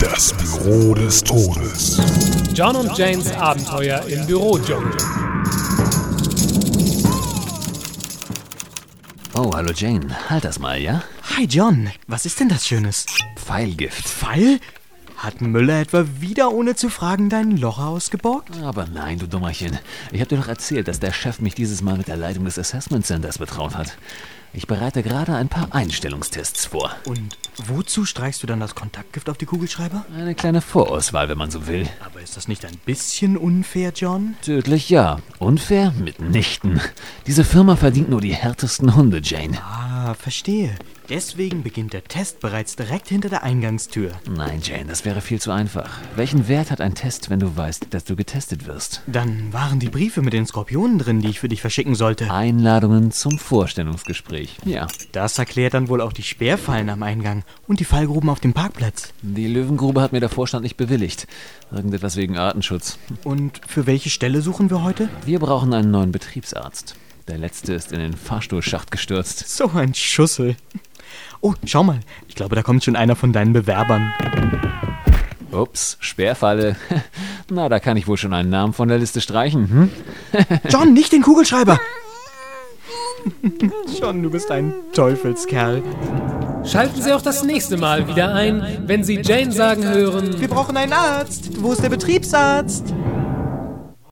Das Büro des Todes. John und Janes Abenteuer im Bürodschungel. Oh, hallo Jane. Halt das mal, ja? Hi John, was ist denn das Schönes? Pfeilgift. Pfeil? Hat Müller etwa wieder ohne zu fragen dein Loch ausgeborgt? Aber nein, du Dummerchen. Ich habe dir doch erzählt, dass der Chef mich dieses Mal mit der Leitung des Assessment Centers betraut hat. Ich bereite gerade ein paar Einstellungstests vor. Und wozu streichst du dann das Kontaktgift auf die Kugelschreiber? Eine kleine Vorauswahl, wenn man so will. Aber ist das nicht ein bisschen unfair, John? Tödlich ja. Unfair? Mitnichten. Diese Firma verdient nur die härtesten Hunde, Jane. Ah, verstehe. Deswegen beginnt der Test bereits direkt hinter der Eingangstür. Nein, Jane, das wäre viel zu einfach. Welchen Wert hat ein Test, wenn du weißt, dass du getestet wirst? Dann waren die Briefe mit den Skorpionen drin, die ich für dich verschicken sollte. Einladungen zum Vorstellungsgespräch. Ja. Das erklärt dann wohl auch die Speerfallen am Eingang und die Fallgruben auf dem Parkplatz. Die Löwengrube hat mir der Vorstand nicht bewilligt. Irgendetwas wegen Artenschutz. Und für welche Stelle suchen wir heute? Wir brauchen einen neuen Betriebsarzt. Der letzte ist in den Fahrstuhlschacht gestürzt. So ein Schussel. Oh, schau mal. Ich glaube, da kommt schon einer von deinen Bewerbern. Ups, Sperrfalle. Na, da kann ich wohl schon einen Namen von der Liste streichen. Hm? John, nicht den Kugelschreiber! John, du bist ein Teufelskerl. Schalten Sie auch das nächste Mal wieder ein, wenn Sie Jane sagen hören. Wir brauchen einen Arzt. Wo ist der Betriebsarzt?